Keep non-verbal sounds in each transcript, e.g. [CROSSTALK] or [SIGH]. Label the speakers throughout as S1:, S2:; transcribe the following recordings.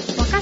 S1: 阪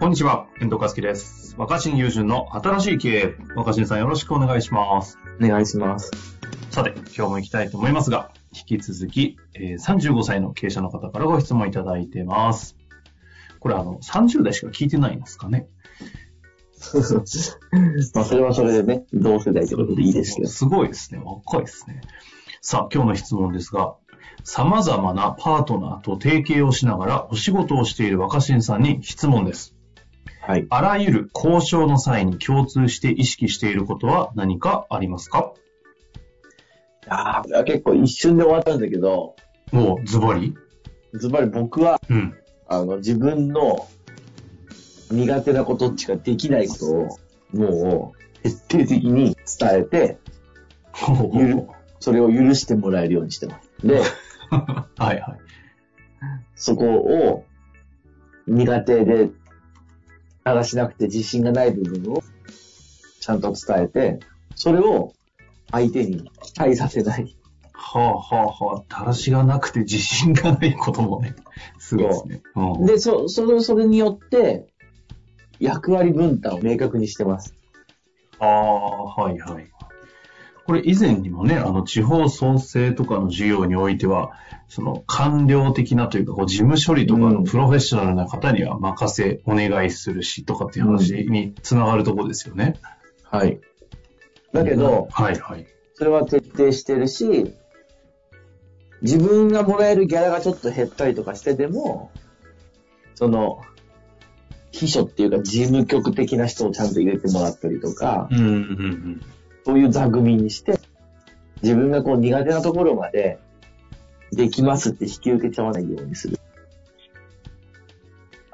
S2: こんにちは、遠藤和樹です。若新雄純の新しい経営、若新さんよろしくお願いします。
S3: お願いします。
S2: さて、今日も行きたいと思いますが、引き続き、えー35歳の経営者の方からご質問いただいてます。これあの、30代しか聞いてないんですかね
S3: まあ、それはそれでね、同世代ということでいいですけど。
S2: すごいですね。若いですね。さあ、今日の質問ですが、様々なパートナーと提携をしながらお仕事をしている若新さんに質問です。
S3: はい。
S2: あらゆる交渉の際に共通して意識していることは何かありますか
S3: ああ、結構一瞬で終わったんだけど、
S2: もうズバリ
S3: ズバリ僕は、
S2: うん。
S3: あの、自分の苦手なことしかできないことを、もう、徹底的に伝えて、ゆるそれを許してもらえるようにしてます。 [LAUGHS] で、
S2: はいはい。
S3: そこを苦手で流しなくて自信がない部分をちゃんと伝えて、それを相手に期待させない。
S2: はあはあはあ、だらしがなくて自信がないこともね、すごいですね。うん
S3: で、そ、それ、それによって、役割分担を明確にしてます。
S2: ああ、はいはい。これ以前にもね、あの、地方創生とかの事業においては、その官僚的なというか、こう事務処理とか
S3: う
S2: の
S3: ん
S2: プロフェッショナルな方には任せ、お願いするしとかっていう話につながるところですよね。
S3: はい。だけど、
S2: はいはい。
S3: それは徹底してるし、自分がもらえるギャラがちょっと減ったりとかしてでも、その、秘書っていうか事務局的な人をちゃんと入れてもらったりとか、
S2: うんうんうん。
S3: そういう座組にして、自分がこう苦手なところまで、できますって引き受けちゃわないようにする。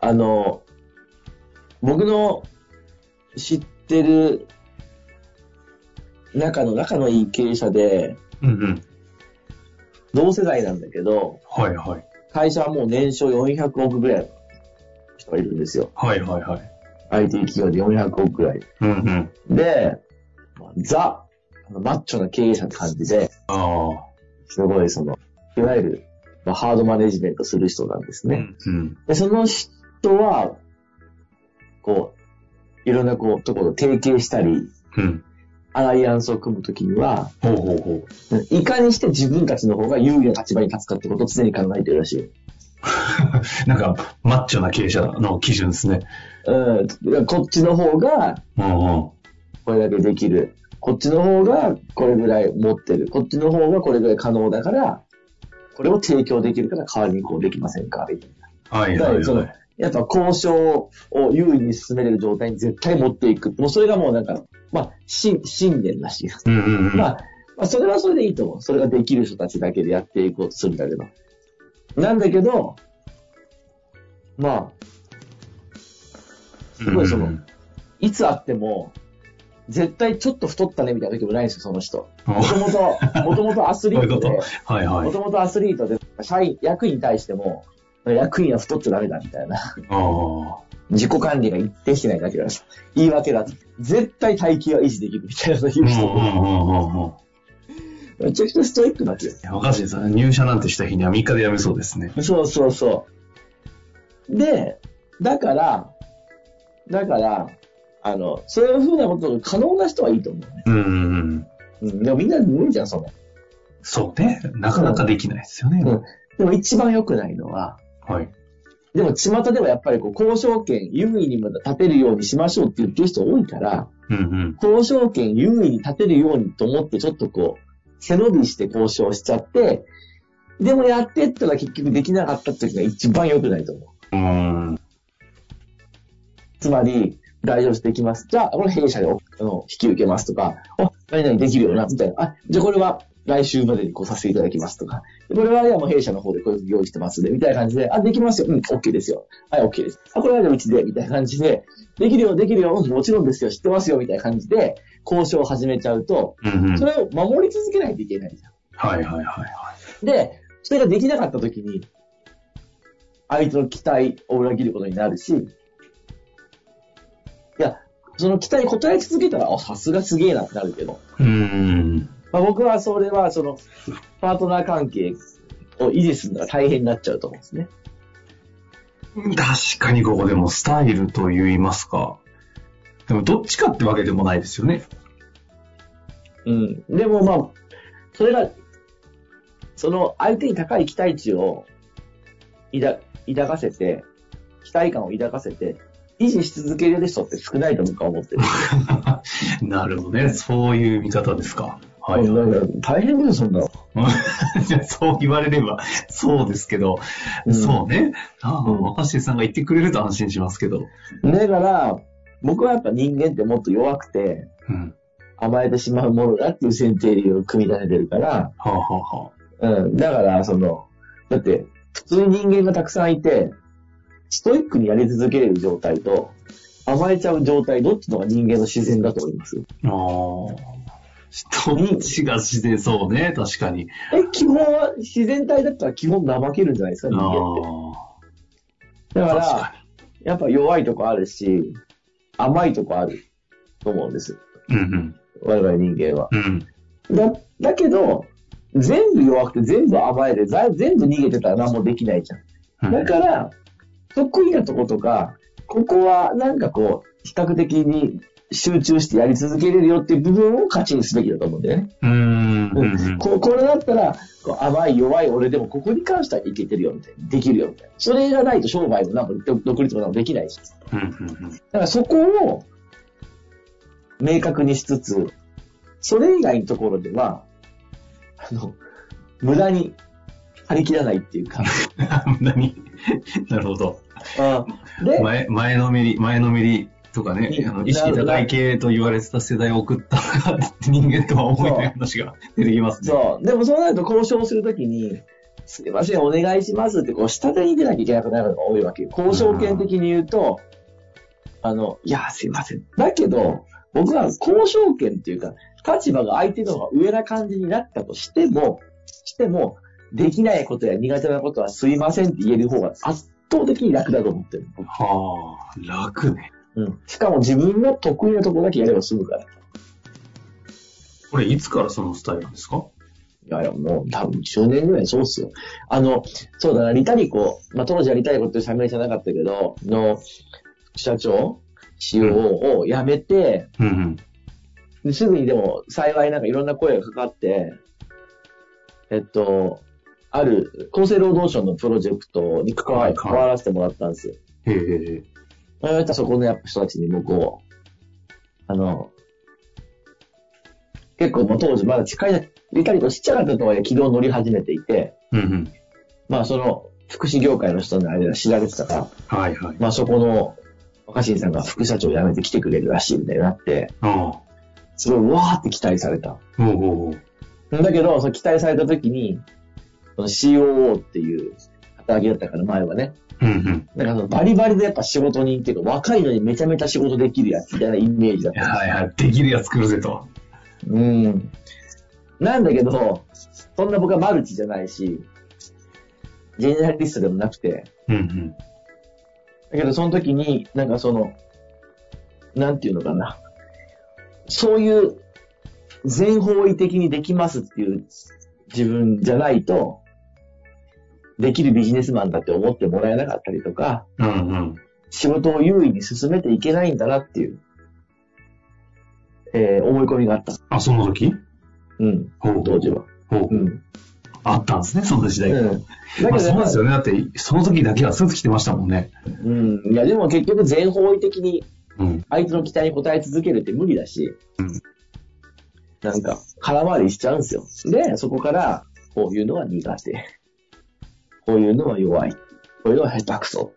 S3: あの、僕の知ってる中の仲のいい経営者で、
S2: うんうん。
S3: 同世代なんだけど、
S2: はいはい。
S3: 会社はもう年商400億ぐらいの人がいるんですよ。
S2: はいはいはい。
S3: IT 企業で400億ぐらい。
S2: うんうん。
S3: で、ザ、あのマッチョな経営者って感じで、
S2: ああ。
S3: すごいその、いわゆる、まあ、ハードマネジメントする人なんですね。
S2: うん。
S3: で、その人は、こう、いろんなこう、ところを提携したり、
S2: うん。
S3: アライアンスを組むときには、
S2: ほうほうほう。
S3: いかにして自分たちの方が有利な立場に立つかってことを常に考えてるらしい。
S2: なんか、マッチョな経営者の基準ですね。
S3: うん、こっちの方が、
S2: うんうん。
S3: これだけできる。こっちの方が、これぐらい持ってる。こっちの方がこれぐらい可能だから、これを提供できるから代わりにこうできませんかみたいな。
S2: はい
S3: だ
S2: は
S3: か
S2: い
S3: らそ
S2: は
S3: の
S2: い。
S3: やっぱ交渉を優位に進めれる状態に絶対持っていく。もうそれがもうなんか、まあ、信、信念らしいです。
S2: うんうんうん。
S3: まあ、まあ、それはそれでいいと思う。それができる人たちだけでやっていこうとするんだけど。なんだけど、まあ、
S2: す
S3: ごいその
S2: うん
S3: いつ会っても、絶対ちょっと太ったねみたいな時もないんですよ、その人。
S2: うん
S3: もともと、もともとアスリー
S2: [LAUGHS]
S3: ト
S2: そういう
S3: で、
S2: はいは
S3: も
S2: い。
S3: ともとアスリートで、社員、役員に対しても、役員は太っちゃダメだみたいな。
S2: ああ。
S3: 自己管理が一定してないだけだし、言い訳だと。絶対体型は維持できるみたいなの
S2: う
S3: 言
S2: んう
S3: う
S2: ん
S3: 人
S2: う
S3: も、
S2: んうんうん。
S3: めちゃくちゃストイックなんですよ。
S2: いや若新さん、入社なんてした日には3日で辞めそうですね。
S3: そうそうそう。で、だから、だから、あの、そういうふうなことが可能な人はいいと思うね。
S2: うんうんうん。
S3: うん、でもみんな無理じゃん、そんな。
S2: そうね。なかなかできないですよね。
S3: うんでも一番良くないのは、
S2: はい。
S3: でも巷ではやっぱりこう交渉権優位に立てるようにしましょうって言ってる人多いから、
S2: うんうん。
S3: 交渉権優位に立てるようにと思ってちょっとこう、背伸びして交渉しちゃって、でもやってったら結局できなかったっていうのが一番良くないと思う。
S2: うん。
S3: つまり、大丈夫ですできます。じゃあ、これ弊社でおあの引き受けますとか、あ、何々できるよな、みたいな。あ、じゃあこれは来週までにこうさせていただきますとか、これは、いや、もう弊社の方でこういうふうに用意してますんで、みたいな感じで、あ、できますよ。うん、OK ですよ。はい、OK です。あ、これはじゃあうちで、みたいな感じで、できるよ、できるよ、うんもちろんですよ、知ってますよ、みたいな感じで、交渉を始めちゃうと、
S2: うんうん
S3: そ。れを守り続けないといけないじゃ
S2: はいはいはいはい。
S3: ん。で、それができなかった時に、相手の期待を裏切ることになるし、いや、その期待に応え続けたら、あ、さすがすげえなってなるけど、
S2: うん。
S3: まあ、僕はそれは、その、パートナー関係を維持するのが大変になっちゃうと思うんですね。
S2: 確かにここでもスタイルと言いますか。でもどっちかってわけでもないですよね。 [LAUGHS]
S3: うん。でもまあ、それが、その相手に高い期待値を抱抱かせて、期待感を抱かせて、維持し続けれる人って少ないと僕は思ってる。
S2: なるほどね。そういう見方ですか。はい。
S3: うんだから大変だよ、そんなの。
S2: いや [LAUGHS] そう言われれば、そうですけど、
S3: うん
S2: そうね。ああ、
S3: うん
S2: 若新さんが言ってくれると安心しますけど。
S3: だから、僕はやっぱ人間ってもっと弱くて、
S2: うん。
S3: 甘えてしまうものだっていう選定理を組み立ててるから、
S2: はあ、はあは
S3: うん。だから、その、だって、普通に人間がたくさんいて、ストイックにやり続けれる状態と、甘えちゃう状態、どっちの方が人間の自然だと思います。
S2: あ、ああ。どっちが自然そうね、確かに。
S3: え、基本は、自然体だったら基本怠けるんじゃないですか、人
S2: あ
S3: 間って。だ
S2: あ。
S3: か
S2: 確
S3: ら、
S2: か
S3: やっぱ弱いとこあるし、甘いとこあると思うんです。
S2: に。うん
S3: 我々人間は。
S2: うん。うん。
S3: だ、だけど、全部弱くて全部甘えで、ざ全部逃げてたら何もできないじゃん。
S2: うん
S3: だから、得意なとことか、ここはなんかこう、比較的に集中してやり続けれるよっていう部分を価値にすべきだと思うんだよね。
S2: うーん。うん
S3: ここれだったら、こう甘い弱い俺でもここに関してはいけてるよみたいな。できるよみたいな。それがないと商売もなんか独立もなんかできないし。だ
S2: うんうん [LAUGHS]
S3: からそこを明確にしつつ、それ以外のところでは、あの、無駄に張り切らないっていう
S2: [LAUGHS]
S3: か。
S2: うん何なるほど。
S3: うんで、
S2: 前、前のめり、前のめりとかね
S3: う、ん
S2: あの意識高い系と言われてた世代を送った人間とは思えない話が出てきますね。
S3: そう。でもそうなると交渉するときに、すいません、お願いしますって、こう、下手に出なきゃいけなくなるのが多いわけよ。交渉権的に言うと、あの、いや、すいません。だけど、僕は交渉権っていうか、立場が相手の方が上な感じになったとしても、しても、できないことや苦手なことはすいませんって言える方が圧倒的に楽だと思ってる。
S2: はあ、楽ね。
S3: うん。しかも自分の得意なところだけやれば済むから。い
S2: これ、いつからそのスタイルですか
S3: やいや、もう多分10年ぐらいそうっすよ。あの、そうだな、リタリコ、まあ、当時はリタリコっていう社名じゃなかったけど、の、社長、COO を辞めて、
S2: うんうん。
S3: ですぐにでも、幸いなんかいろんな声がかかって、えっと、ある、厚生労働省のプロジェクトに関わ
S2: はい
S3: 関わらせてもらったんですよ。
S2: へえ。
S3: まあやっぱそこのやっぱ人たちに向こう、あの、結構もう当時まだ近い、リタリコちっちゃかったとはいえ軌道に乗り始めていて、
S2: うんうん。
S3: まあその、福祉業界の人の間では知られてたから、
S2: はいはい。
S3: まあそこの若新さんが副社長を辞めて来てくれるらしいみたいになって、
S2: ああ。
S3: すごいわーって期待された。
S2: おうおうおう。
S3: だけど、その期待された時に、その COO っていう肩書きだったから前はね、
S2: うんうん。
S3: なんかそのバリバリでやっぱ仕事人っていうか若いのにめちゃめちゃ仕事できるやつみたいなイメージだった。
S2: はいはい。できるやつ来るぜと。
S3: うん。なんだけど、そんな僕はマルチじゃないし、ジェネラリストでもなくて、
S2: うんうん。
S3: だけどその時に、なんかその、なんていうのかな。そういう全方位的にできますっていう自分じゃないと、できるビジネスマンだって思ってもらえなかったりとか、
S2: うんうん。
S3: 仕事を優位に進めていけないんだなっていう、えー思い込みがあった。
S2: あ、その時
S3: うん、
S2: ほう
S3: 当時は。
S2: ほう
S3: う。ん。
S2: あったんですね、その時代。
S3: うん。だ
S2: ま
S3: け
S2: あ、
S3: ど、
S2: そうですよね。だって、その時だけはスーツ着てましたもんね。
S3: うん。いや、でも結局全方位的に
S2: うん。
S3: 相手の期待に応え続けるって無理だし、
S2: うん
S3: なんか空回りしちゃうんですよ。で、そこから、こういうのは苦手。こういうのは弱い。こういうのは下手くそ。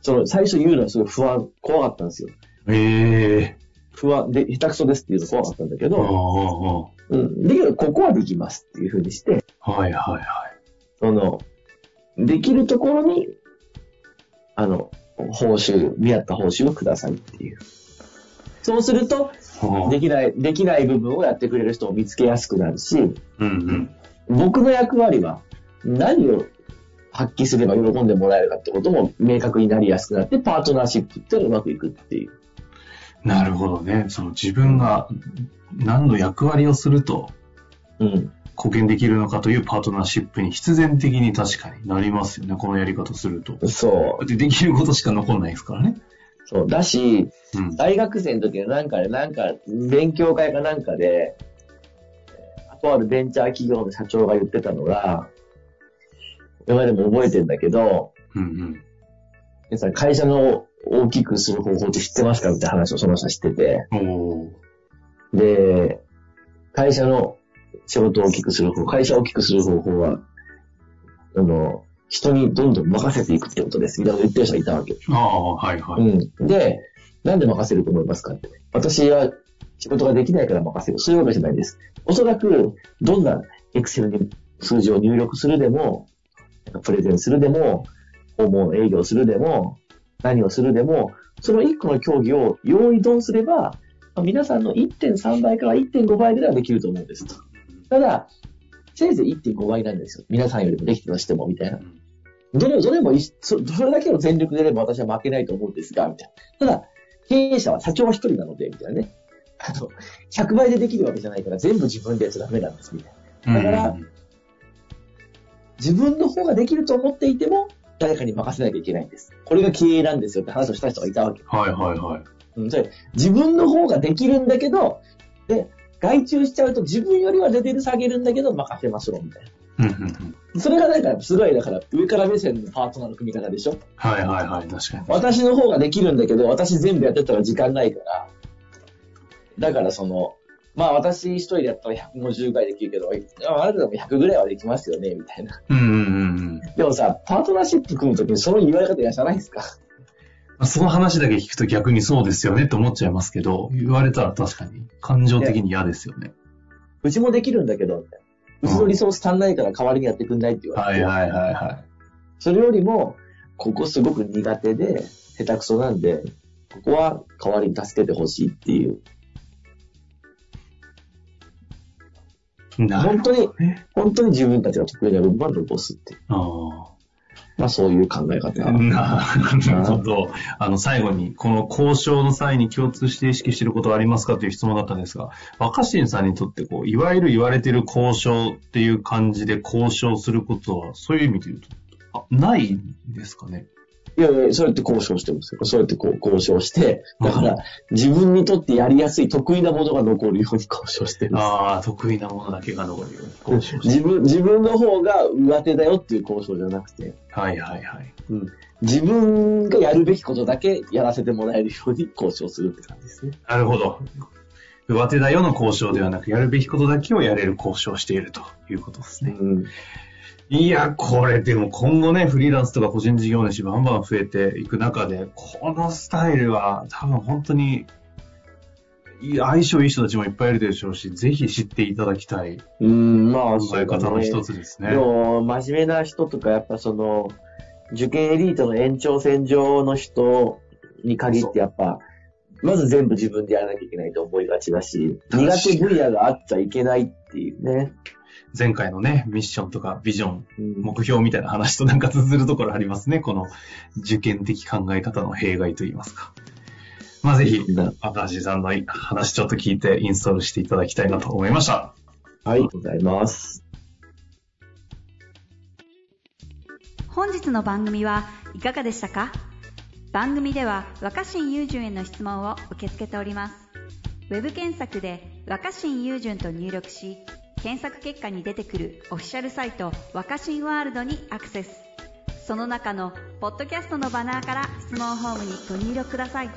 S3: その、最初言うのはすごい不安、怖かったんですよ。
S2: ええ
S3: 不安で、下手くそですっていうの怖かったんだけ
S2: ああ、あ
S3: ど、うん。できる、ここはできますっていうふうにして、
S2: あはいはいはい。
S3: その、できるところに、あの、報酬、見合った報酬をくださいっていう。そうすると、
S2: ああ
S3: できない、できない部分をやってくれる人を見つけやすくなるし、
S2: うんうん。
S3: 僕の役割は何を発揮すれば喜んでもらえるかってことも明確になりやすくなって、パートナーシップっていうのがうまくいくっていう。
S2: なるほどね。その自分が何の役割をすると
S3: うん。
S2: 貢献できるのかというパートナーシップに必然的に確かになりますよね。このやり方すると。だ
S3: そ
S2: ってできることしか残んないですからね。
S3: う。そう。だし、
S2: うん。
S3: 大学生の時のなんかで、なんか、勉強会かなんかで、とあるベンチャー企業の社長が言ってたのが、今でも覚えてんだけど、
S2: うんうん。
S3: 皆さん会社の大きくする方法って知ってますかみたいな話をその人は知ってて、
S2: おー
S3: で、会社の仕事を大きくする方法、会社を大きくする方法は、あの、人にどんどん任せていくってことです。みたいなこと言ってる人がいたわけ。
S2: ああ、はいは
S3: う
S2: い。
S3: ん。で、なんで任せると思いますかって。私は仕事ができないから任せる。そういうわけじゃないです。おそらく、どんな Excel に数字を入力するでも、なんかプレゼンするでも、訪問営業するでも、何をするでも、その1個の競技を用意ドンすれば、まあ皆さんの1.3倍から1.5倍ぐらいはできると思うんですと。ただ、せいぜい1.5倍なんですよ。皆さんよりもできてましても、みたいな。どれ、どれもいいそ、どれだけを全力でやれば私は負けないと思うんですが、みたいな。ただ、経営者は社長は一人なので、みたいなね。あの、100倍でできるわけじゃないから全部自分でやっちゃダメなんです、みたい
S2: うん
S3: な。
S2: うん
S3: だから自分の方ができると思っていても、誰かに任せなきゃいけないんです。これが経営なんですよって話をした人がいたわけ。
S2: はいはいはい。
S3: うん、それ、自分の方ができるんだけど、で、外注しちゃうと自分よりはレベル下げるんだけど、任せましょう、みたい
S2: うんうんうん。
S3: な。それがなんか、すごい、だから、上から目線のパートナーの組み方でしょ
S2: はいはいはい、確かに。
S3: 私の方ができるんだけど、私全部やってたら時間ないから。だからその、まあ私一人だったら150ぐらいできるけど、ああなたでも100ぐらいはできますよね、みたいな。
S2: うんうんうんうん。
S3: でもさ、パートナーシップ組むときにそういう言われ方いらっしゃらないですか
S2: まあその話だけ聞くと逆にそうですよねって思っちゃいますけど、言われたら確かに感情的に嫌ですよね。
S3: うちもできるんだけど、みたいなうちのリソース足んないから代わりにやってくんないって言われて。
S2: はいはいはいは
S3: それよりも、ここすごく苦手で、下手くそなんで、ここは代わりに助けてほしいっていう。
S2: い。なる
S3: 本
S2: ほ
S3: 当に、
S2: どね。
S3: 本当に自分たちが得意な部分は残すっていう。
S2: あ
S3: まあそういう考え方。
S2: ーなるほど。あの、最後に、この交渉の際に共通して意識してることはありますかという質問だったんですが、若新さんにとって、こう、いわゆる言われてる交渉っていう感じで交渉することは、そういう意味で言うと、あないんですかね。
S3: いやいや、そうやって交渉してますよ。そうやってこう交渉して、だか
S2: う
S3: ら自分にとってやりやすい得意なものが残るように交渉してるんです。
S2: ああ、得意なものだけが残るように交渉して。
S3: 自分、自分の方が上手だよっていう交渉じゃなくて、
S2: はいはいはい。
S3: 自分がやるべきことだけやらせてもらえるように交渉するって感じですね。
S2: なるほど。上手だよの交渉ではなく、やるべきことだけをやれる交渉をしているということですね。
S3: うん。
S2: いや、これでも今後ね、フリーランスとか個人事業主バンバン増えていく中で、このスタイルは多分本当にいい相性いい人たちもいっぱいいるでしょうし、ぜひ知っていただきたい
S3: うん、まあ、
S2: 考え方の一つですね。
S3: でも、真面目な人とか、やっぱその、受験エリートの延長線上の人に限って、やっぱ、まず全部自分でやらなきゃいけないと思いがちだし、
S2: 確かに
S3: 苦手分野があっちゃいけないっていうね。
S2: 前回のね、ミッションとかビジョン、
S3: うん
S2: 目標みたいな話となんか通ずるところありますね。この受験的考え方の弊害といいますか。まあぜひ、新しいさんの話ちょっと聞いてインストールしていただきたいなと思いました。
S3: はい、ありがとうございます。
S1: 本日の番組はいかがでしたか番組では若新雄純への質問を受け付けておりますウェブ検索で「若新雄純」と入力し検索結果に出てくるオフィシャルサイト「若新ワールド」にアクセスその中の「ポッドキャスト」のバナーから質問フォームにご入力ください